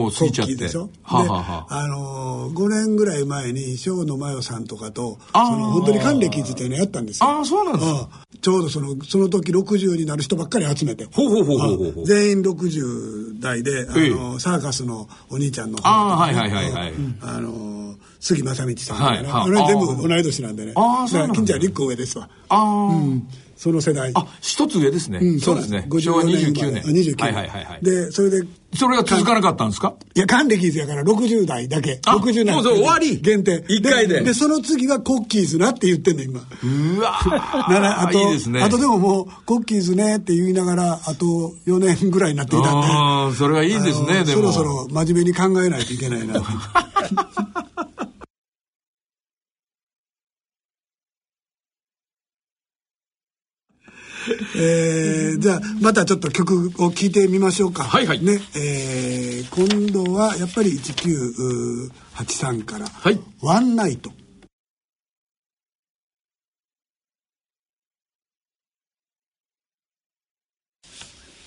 C: もう過
B: ポ
C: ぎ
B: ッ
C: ちゃっ
B: キー
C: て
B: でしょ。で、
C: はあはあは
B: あのー、5年ぐらい前に、小野真代さんとかと、そ
C: あー
B: の本当に還暦っていうのやったんですよ。
C: ああ、そうなんですか。
B: うんちょうどそのその時60になる人ばっかり集めて
C: ほうほうほうほうほうほう
B: うん全員60代であ
C: え
B: のサーカスのお兄ちゃんの方と
C: ああ、
B: か
C: はい
B: ね
C: はいはいはい。
B: あの杉正道さんみたいな、
C: はいはい
B: あれ全
C: あ
B: 部
C: あ
B: 同い年なんでね
C: ああそう
B: だか
C: なんだ
B: ら金ちゃんはリック上ですわ
C: ああ、
B: その世代
C: あ、一つ上ですね。
B: ん
C: そうですね。昭
B: 54
C: 和29
B: ま
C: 年。
B: であ29年
C: はいはいはいはい。
B: でそれで
C: それが続かなかったんですか
B: いや、還暦やから60代だけ。
C: あ
B: 60代。
C: もうそう終わり
B: 限定。
C: 一回で
B: で、その次がコッキーズなって言ってんの、今。
C: うわ
B: (laughs)
C: ー
B: ならあと
C: いいですね。
B: あとでももう、コッキーズねって言いながら、あと4年ぐらいになっていたんで。
C: あーそれはいいです
B: あ
C: ね、
B: の
C: でも。
B: そろそろ真面目に考えないとい (laughs) けないな。えーじゃあまたちょっと曲を聴いてみましょうか
C: はいはい
B: ねえー今度はやっぱり1983から「
C: はい
B: ワンナイト」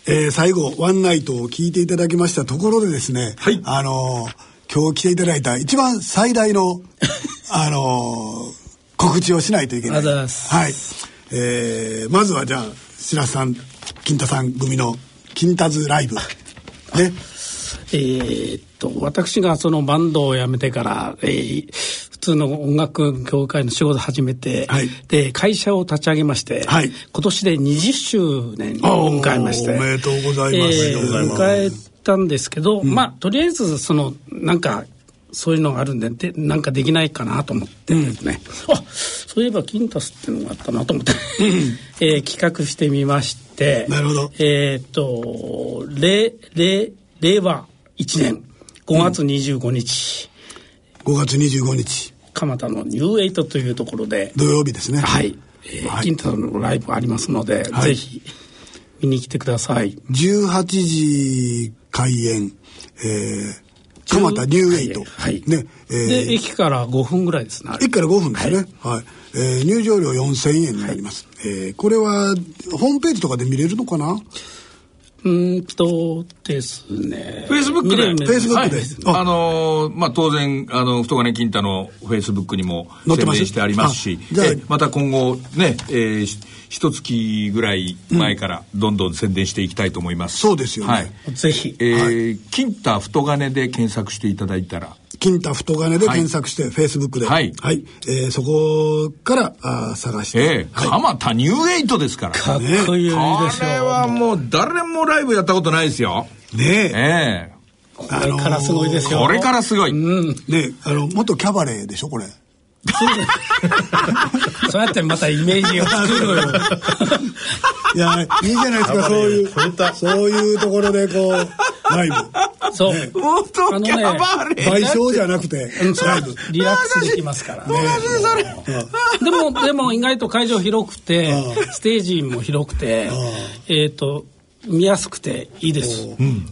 B: えー最後、ワンナイトを聞いていただきましたところでですね、
C: はい
B: あのー今日来ていただいた一番最大の、
D: (laughs)
B: あのー告知をしないといけない。
D: ありがとうございます
B: はい。えーまずはじゃあ、白洲さん、金太さん組の金太ズライブ。
D: (laughs)
B: ね。
D: えーっと私がそのバンドを辞めてから、えー普通の音楽業界の仕事を始めて、
B: はい
D: で会社を立ち上げまして、
B: はい
D: 今年で20周年を迎えまして
B: おめでとうございます
D: えー
B: おめでとうございます
D: 迎えたんですけど、まあとりあえずそのなんかそういうのがあるんででなんかできないかなと思ってですね、あそういえばキンタスっていうのがあったなと思って、 (laughs) えー企画してみまして
B: なるほど
D: えっ、と、令、令、令和1年5月25日、
B: 5月25日、
D: 蒲田のニューエイトというところで、
B: 土曜日ですね。
D: はい、えー
B: はい
D: 金太郎のライブありますので、
B: はい
D: ぜひ見に来てください。
B: 18時開演、えー、蒲田ニューエイト。
D: はい。
B: ね。えー
D: で、駅から5分ぐらいですね。あれ
B: 1から5分ですね、はいえー入場料4000円になります、えーこれはホームページとかで見れるのかな
D: うーんとですね。
C: フェイスブック
D: 見
C: で
D: れるんす
B: Facebook
D: はい
B: であ
C: あのーまあ、当然、あの、太金金太のフェイスブックにも
B: 載って
C: 宣
B: ます
C: 伝してありますし
B: あ、じゃあ
C: えまた今後ね、えー、し一月ぐらい前からどんどん宣伝していきたいと思います。
B: そうですよね
C: はい。
D: ぜひ
C: え。ー金太太金で検索していただいたら、
B: 金太太金で検索して、フェイスブックで、
C: はい
B: えーそこからあー探して
C: え、ー、蒲田ニューエイトですから。
D: かっこいいでしょう。
C: これはもう誰もライブやったことないですよ。
B: ね
C: ええ
D: これからすごいですよ。
C: これからすごい。
B: えねえあの元キャバレーでしょこれ
D: そうやってまたイメージを作るのよ。
C: (laughs)
B: いやいいじゃないですかそういうそういうところでこうライブ
D: そう。
C: 元キャバレ
B: 賠
C: ー。
B: 償じゃなくて
D: うんそう
B: ライブ
D: リラックスできますから。でも、でも意外と会場広くて、ステージも広くて、えっと、見やすくていいです。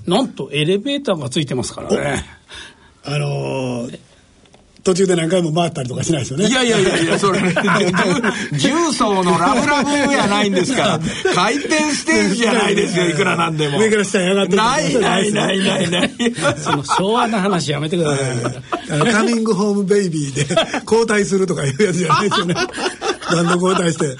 D: なんとエレベーターがついてますからね。
B: あのー途中で何回も回ったりとかしないですよね
C: いやいやいやいや、それ、
B: (laughs)
C: 重曹のラブラブやないんですから、回転ステージじゃないですよ、いくらなんでも。
B: 上から下に上がって
C: ないないないないない。
B: (laughs)
D: その昭和の話やめてください。
B: あのカミングホームベイビーで交代するとかいうやつじゃないですよ
C: (laughs)
B: ね。バンド交代して。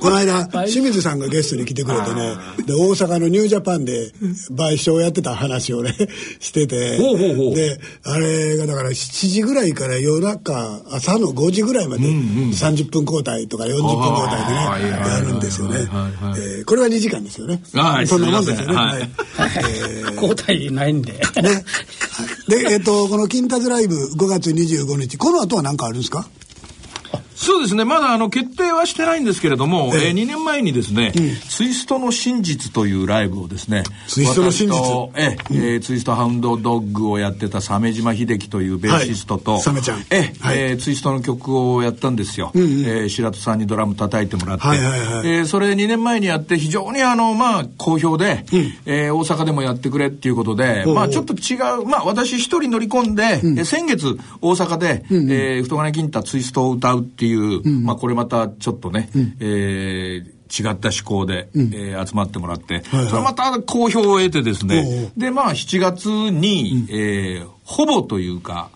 B: この間、清水さんがゲストに来てくれてね、で、大阪のニュージャパンで賠償やってた話をね、してて、
C: ほうほうほう
B: で、あれがだから7時ぐらいから夜中、朝の5時ぐらいまで30分交代とか40分交代で
C: はいはい
B: ね、
C: はいはい
B: やるんですよね。え
C: はいはい
B: ーこれは2時間ですよね。
C: はい
B: そんなもんですよ
C: すい
B: ね。
C: ま
B: は
C: せん
B: いえー
D: 交代ないんで。
B: ね。で、えっ、と、この金達ライブ5月25日、この後は何かあるんですか
C: そうですね、まだあの決定はしてないんですけれども、
B: ええ
C: えー、2年前にですね、ツイストの真実というライブをですね、
B: ツイストの真実
C: 私とえええーツイストハウンドドッグをやってた鮫島秀樹というベーシストと、
B: はい鮫ちゃん
C: ええ
B: はい
C: えーツイストの曲をやったんですよ、えー白戸さんにドラム叩いてもらって、
B: はいはいはい
C: えーそれ2年前にやって非常にあの、まあ、好評で、えー大阪でもやってくれっていうことで、
B: おう
C: まあ、ちょっと違う、まあ、私一人乗り込んで、えー先月大阪で、えー太金金太ツイストを歌うっていいう、まあ、これまたちょっとね、えー違った趣向で、えー集まってもらって、
B: はい
C: それまた好評を得てです
B: おうお
C: ね
B: う、
C: で、まあ、7月に、えーほぼというか、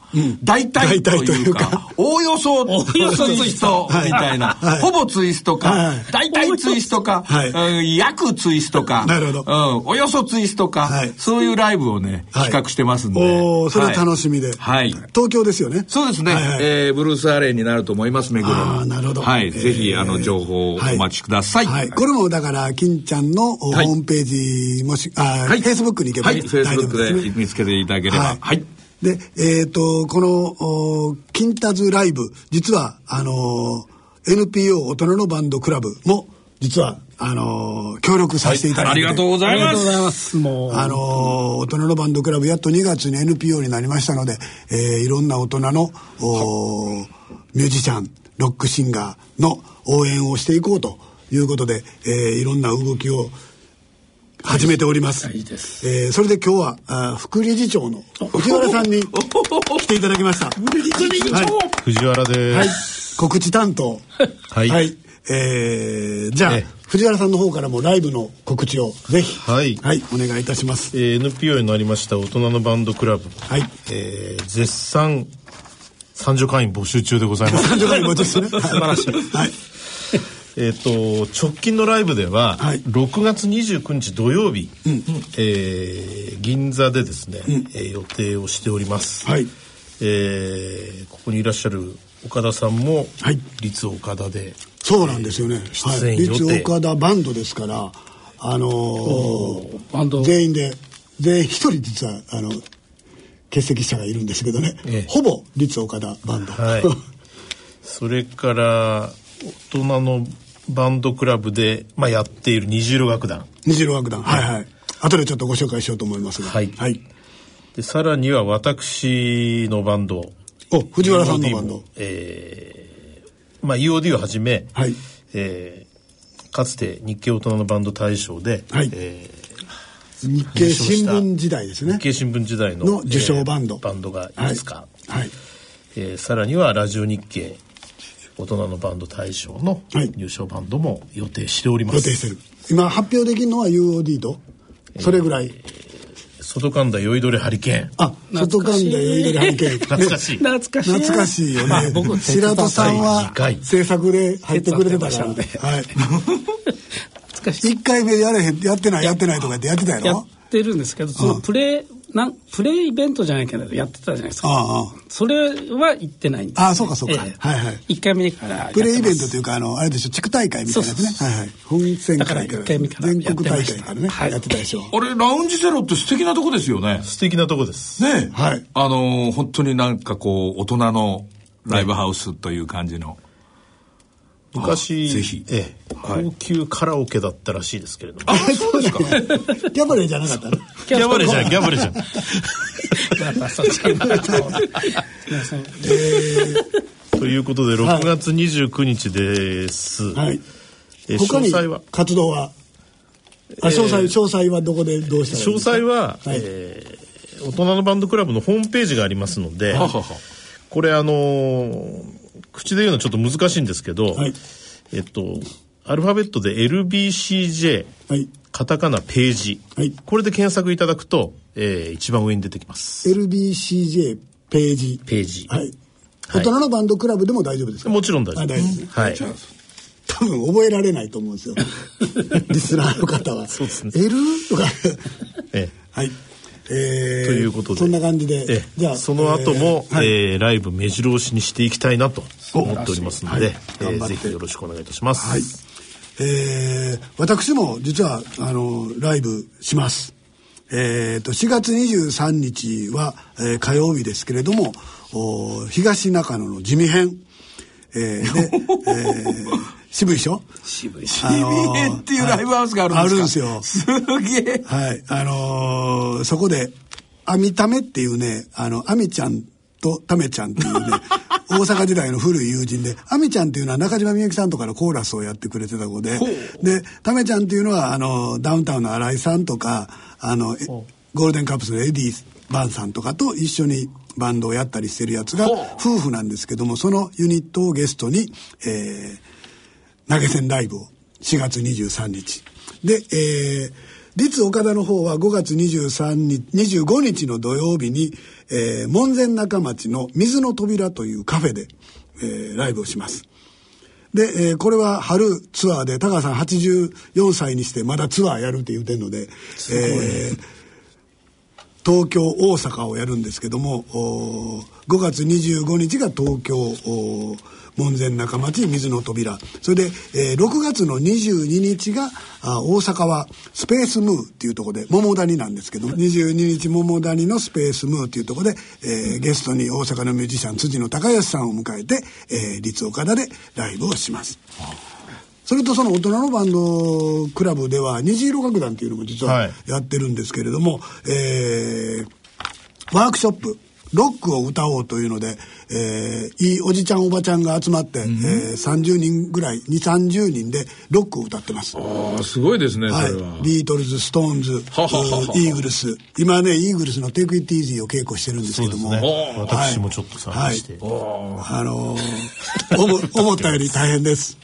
C: 大
B: 大
C: 体と
B: 体とい
C: いうう
B: か
C: か、おおよそ、
D: おおよそ
C: ツイストみたいな、
B: はい
C: ほぼツイスト
B: は
C: か
B: い、
C: 大体ツイストか、
B: はい
C: うん約ツイストか、
B: なるほど
C: うん、およそツイストか、
B: はい
C: そういうライブをね、
B: はい
C: 企画してますんで。
B: おーそれ
C: は
B: はい楽しみで、
C: はい
B: 東京ですよね
C: そうですね、
B: はいはい
C: えーブルースアレイになると思います、目黒
B: あ
C: の。
B: あなるほど
C: はい、
B: えー
C: ぜひ、あの、情報をお待ちください。
B: はいこれもだから金ちゃんのホ
C: はい
B: ームページもし、あ
C: はい
B: フェイスブックに行けば
C: はい、
B: 大
C: フェイス
B: 丈
C: ブ
B: 夫
C: ッ
B: です
C: ク
B: ね
C: で見つけていただければ。はい。
B: で、えっ、と、この、お金タズライブ、実は、あのー NPO 大人のバンドクラブも、実は、あのー協力させていただい
C: あ
B: て、
C: りがとうご
D: あ
C: ざい
D: りが
C: ま
D: とうござい
C: す。
D: ます。もう、
B: あのー大人のバンドクラブ、やっと2月に NPO になりましたので、えーいろんな大人の、おミュージシャン、ロックシンガーの応援をしていこうということで、えーいろんな動きを始めております。
D: いいです。
B: えーそれで今日は、あー副理事長の藤原さんに来ていただきました。はい
E: 藤原です。
B: 告知担当。
E: は。
B: はいい。えーじゃあ、
E: ええ
B: 藤原さんの方からもライブの告知をぜひ。
E: はい
B: お願いいたします。
E: えー NPO になりました大人のバンドクラブ。
B: はい。
E: えー絶賛、参助会員募集中でご (laughs) ざいます。
B: 三条会ごですね。素晴
E: らしい
B: はい。
E: えっと、直近のライブでは、
B: はい
E: 6月29日土曜日、えー銀座でですね、えー予定をしております。
B: はい。
E: えーここにいらっしゃる岡田さんも、
B: はい
E: 立岡田で、
B: そうなんですよね。
E: 出演
B: はい。
E: 予定
B: 立岡田バンドですから、あのー
D: バンド、
B: 全員で、全員一人実は、あの、欠席者がいるんですけどね。
E: ええ
B: ほぼ立岡田バンド。 (laughs)
E: はいそれから大人のバンドクラブで、まあ、やっている虹色楽団
B: 二次郎楽団。はいはい。後でちょっとご紹介しようと思いますが。
E: はい
B: はい。
E: でさらには私のバンド
B: お、藤原さんのバン
E: EOD
B: ド
E: も。えーまあ、EOD をはじめ、
B: はい
E: えーかつて日系大人のバンド大賞で、
B: はい
E: え
B: 日経新聞時代です
E: ー
B: ね
E: 日。経新聞時代の
B: の受賞バンド。
E: えーバンドがいくつか、
B: はい。はい。
E: えーさらにはラジオ日経大人のバンド大賞の
B: はい
E: 入賞バンドも予定しておりま
B: 予
E: す、
B: 定してる。今発表できるのは UOD と、それぐらい。
E: 外神田酔いどれハリケーン
B: あ、外
D: 懐か
B: 神
D: しい
B: 田よいどり拝見。
E: 懐かしい
D: 懐かしい。
B: 懐かしいよね。
D: 僕
B: (laughs) 白戸さんは
E: 二回
B: 制作で入ってくれてたから。
D: 手伝ってま
B: はい。
D: 懐かしい
B: 一回目やれへん、やってない、やってないとか言ってやってたや
D: や
B: ろ
D: ってるんですけど、そのプレイ、なんプレイイベントじゃないけど、やってたじゃないですか。
B: あ
D: それは行ってないんです、
B: ああ、そうかそうか。
D: ええ
B: はいはい。
D: 一回目からやって
B: プ
D: ます
B: レイイベントというか、あの、あれでしょ、地区大会みたいなやつね。
D: そうそう
B: はいはい。本戦
D: だから
B: 会から、
D: 一回目からや
B: 全
D: ってました
B: 国大会からね、
D: はい
B: やってたでしょ。
C: あれ、ラウンジゼロって素敵なとこですよね。
E: 素敵なとこです
C: ねえ。
B: はい
D: (laughs)
C: あのー本当になんかこう、大人のライブハウスという感じの。
E: 昔
C: あぜひ
E: ええ、高級カラオケだったらしいですけれども、
C: あ、そうですか。
B: ギャバレじゃなかったの
E: ギャバレじゃんギャバレじゃん
D: またそっちに行っちゃうすい
B: (laughs)
D: ません
E: ということで6月29日です、
B: はい。
E: えー
B: 他
E: 詳
B: に
E: 細は
B: 活動は、あ詳細、詳細はどこでどうしたらいいん
E: 詳
B: ですか
E: 細は、
B: はい
E: えー大人のバンドクラブのホームページがありますので
C: (laughs) ははは
E: これあのー口で言うのちょっと難しいんですけど、
B: はい
E: えっとアルファベットで LBCJ
B: はい。
E: カタカナページ、
B: はい
E: これで検索いただくと、えー一番上に出てきます。
B: LBCJ ページ。
E: ページ
B: はい。
E: は
B: 大
E: い
B: 人のバンドクラブでも大丈夫ですか
E: もちろん大丈
B: あ
E: 夫
B: 大丈夫ですね。
E: はい。
B: 多分覚えられないと思
E: (laughs)
B: うんですよ。リスナーの方は。
E: そうですね
B: L? とか。
E: え
B: はい。え
E: え
B: ー
E: ということで。
B: そんな感じ
E: え
B: で
E: え。その後も、
B: えーはい
E: えーライブ目白押しにしていきたいなと思っておりますので、え
B: はい頑張
E: ー
B: って
E: ぜひよろしくお願いいたします。
B: はい。えー私も実は、あの、ライブします。えっ、と、4月23日は、えー火曜日ですけれども、お東中野の地味編、えーで、え
E: (laughs)
B: ー渋いでしょ
D: 渋い
B: あのー
C: TBA っていうライブハウスがあるんですか、
B: はいあるんです
C: すげえ。
B: はい。あのーそこで、アミタメっていうね、あの、アミちゃんとタメちゃんっていう
C: (laughs)
B: ね、大阪時代の古い友人で、アミちゃんっていうのは中島みゆきさんとかのコーラスをやってくれてた子で、で、タメちゃんっていうのは、あの、ダウンタウンの新井さんとか、あの、えゴールデンカップスのエディバンさんとかと一緒にバンドをやったりしてるやつが夫婦なんですけども、そのユニットをゲストに、えー、投げ銭ライブを4月23日。で、えー、リツ岡田の方は5月23日、25日の土曜日に、えー、門前仲町の水の扉というカフェで、えー、ライブをします。で、えーこれは春ツアーで、高さん84歳にしてまだツアーやるって言うてんので、えー東京、大阪をやるんですけども、おー5月25日が東京、おー門前仲町水の扉。それで、えー6月の22日が、あー大阪はスペースムーっていうところで、桃谷なんですけども、22日桃谷のスペースムーっていうところで、えーゲストに大阪のミュージシャン辻野隆義さんを迎えて、えー、立岡田でライブをします。それとその大人のバンドクラブでは虹色楽団っていうのも実
E: は
B: はいやってるんですけれども、えーワークショップロックを歌おうというので、えーいいおじちゃんおばちゃんが集まって、えー30人ぐらい2 3 0人でロックを歌ってます。
C: ああ、すごいですね、そ
B: は
C: れは。
B: い、ビートルズストーンズ
C: はははは
B: イーグルス今ねイーグルスの「Take It Easy」を稽古してるんですけ
E: そうで
B: ど
E: す
B: も、
E: ね
B: お。
E: 私もちょっと参加して。
B: あのー思思ったより大変です。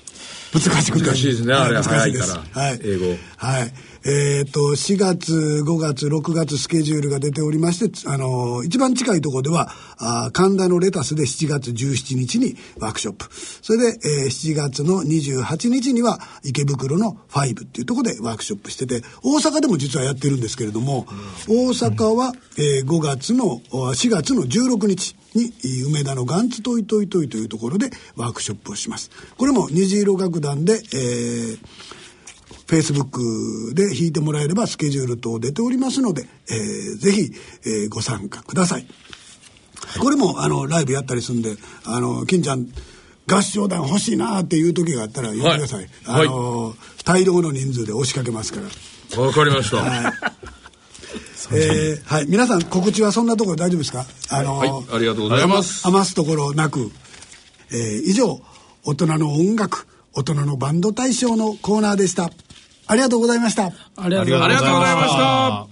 B: 難しくて。
C: 難しいですねあれ
B: は難しです
C: 早いから
B: はい。
C: 英語
B: はい。えっ、と、4月、5月、6月スケジュールが出ておりましてつ、あのー一番近いところでは、あー神田のレタスで7月17日にワークショップ。それで、えー7月の28日には池袋のファイブっていうところでワークショップしてて、大阪でも実はやってるんですけれども、大阪は、えー5月の、お4月の16日。にえー梅田のガンツトイトイトイというところでワークショップをします。これも虹色楽団で、えー、フェイスブックで弾いてもらえればスケジュール等出ておりますので、えーぜひ、えーご参加ください。これもあのライブやったりするんで、あの金ちゃん合唱団欲しいなーっていう時があったら言ってください。
C: はい
B: あの大量の人数で押しかけますから。
C: わかりました。 (laughs)
B: えーはい、皆さん告知はそんなところで大丈夫ですか。あの
C: はいありがとうございます
B: 余余すところなく、えー以上大人の音楽大人のバンド大賞のコーナーでした。ありがとうございました。
D: ありがとうございます
C: ありがとうございました。